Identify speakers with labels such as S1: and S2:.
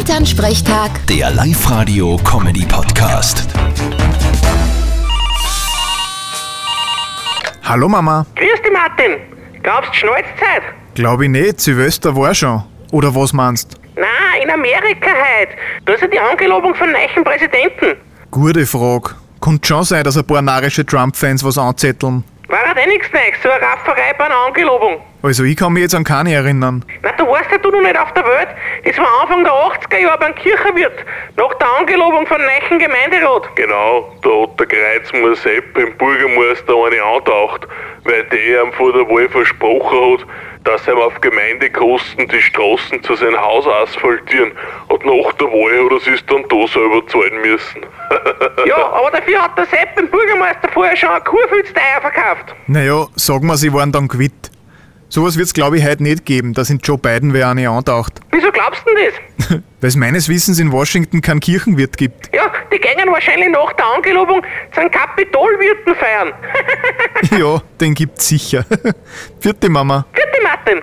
S1: Elternsprechtag,
S2: Der Live-Radio-Comedy-Podcast.
S3: Hallo Mama,
S4: Grüß dich, Martin. Glaubst du, Schnalzzeit?
S3: glaube ich nicht, Silvester war schon. Oder was meinst?
S4: Nein, in Amerika heute. Da ist ja die Angelobung von neuen Präsidenten.
S3: Gute Frage. Könnte schon sein, dass ein paar narische Trump-Fans was anzetteln.
S4: War halt eh nichts Neues, so eine Rafferei bei einer Angelobung.
S3: Also ich kann mich jetzt an keine erinnern.
S4: Na, du weißt ja, du noch nicht auf der Welt. Das war Anfang der 80er Jahre beim Kirchenwirt, nach der Angelobung von neuen Gemeinderat.
S5: Genau, der Otto Kreuz muss Sepp im Bürgermeister eine antaucht, weil der ihm vor der Wahl versprochen hat, dass ihm auf Gemeindekosten die Straßen zu seinem Haus asphaltieren und nach der Wahl hat er sich dann da selber zahlen müssen.
S4: Ja, aber dafür hat der Sepp dem Bürgermeister vorher schon ein Kurfilzteier verkauft.
S3: Naja, sagen wir, sie waren dann quitt. Sowas wird's glaube ich heute nicht geben, dass in Joe Biden wer eine antaucht.
S4: Wieso glaubst du denn das?
S3: Weil es meines Wissens in Washington keinen Kirchenwirt gibt.
S4: Ja, die gingen wahrscheinlich nach der Angelobung zum Kapitolwirten feiern.
S3: ja, den gibt's sicher. Vierte Mama.
S4: Vierte Martin.